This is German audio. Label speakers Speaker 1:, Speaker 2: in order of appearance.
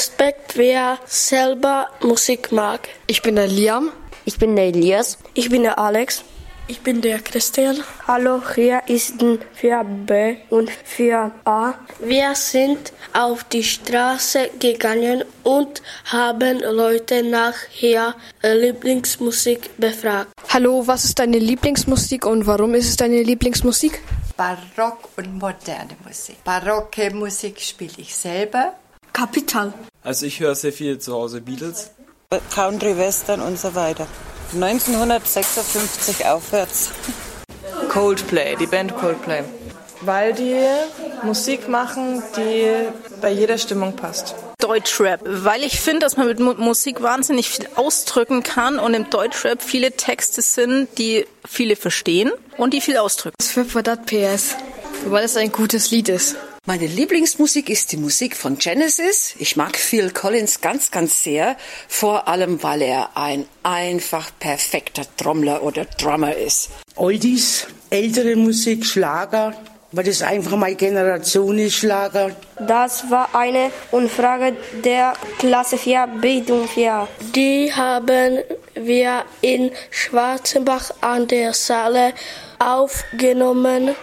Speaker 1: Respekt, wer selber Musik mag.
Speaker 2: Ich bin der Liam.
Speaker 3: Ich bin der Elias.
Speaker 4: Ich bin der Alex.
Speaker 5: Ich bin der Christian.
Speaker 6: Hallo, hier ist ein 4b und 4a.
Speaker 1: Wir sind auf die Straße gegangen und haben Leute nach ihrer Lieblingsmusik befragt.
Speaker 2: Hallo, was ist deine Lieblingsmusik und warum ist es deine Lieblingsmusik?
Speaker 7: Barock und moderne Musik. Barocke Musik spiele ich selber.
Speaker 8: Kapital.
Speaker 9: Also ich höre sehr viel zu Hause Beatles.
Speaker 10: Country, Western und so weiter. 1956 aufwärts.
Speaker 11: Coldplay, die Band Coldplay. Weil die Musik machen, die bei jeder Stimmung passt.
Speaker 12: Deutschrap, weil ich finde, dass man mit Mu Musik wahnsinnig viel ausdrücken kann und im Deutschrap viele Texte sind, die viele verstehen und die viel ausdrücken.
Speaker 2: Das für dat PS, weil es ein gutes Lied ist.
Speaker 13: Meine Lieblingsmusik ist die Musik von Genesis. Ich mag Phil Collins ganz, ganz sehr, vor allem weil er ein einfach perfekter Trommler oder Drummer ist.
Speaker 14: Oldies, ältere Musik, Schlager, weil das einfach meine Generation ist, Schlager.
Speaker 6: Das war eine Umfrage der Klasse 4 Bildung 4.
Speaker 1: Die haben wir in Schwarzenbach an der Saale aufgenommen.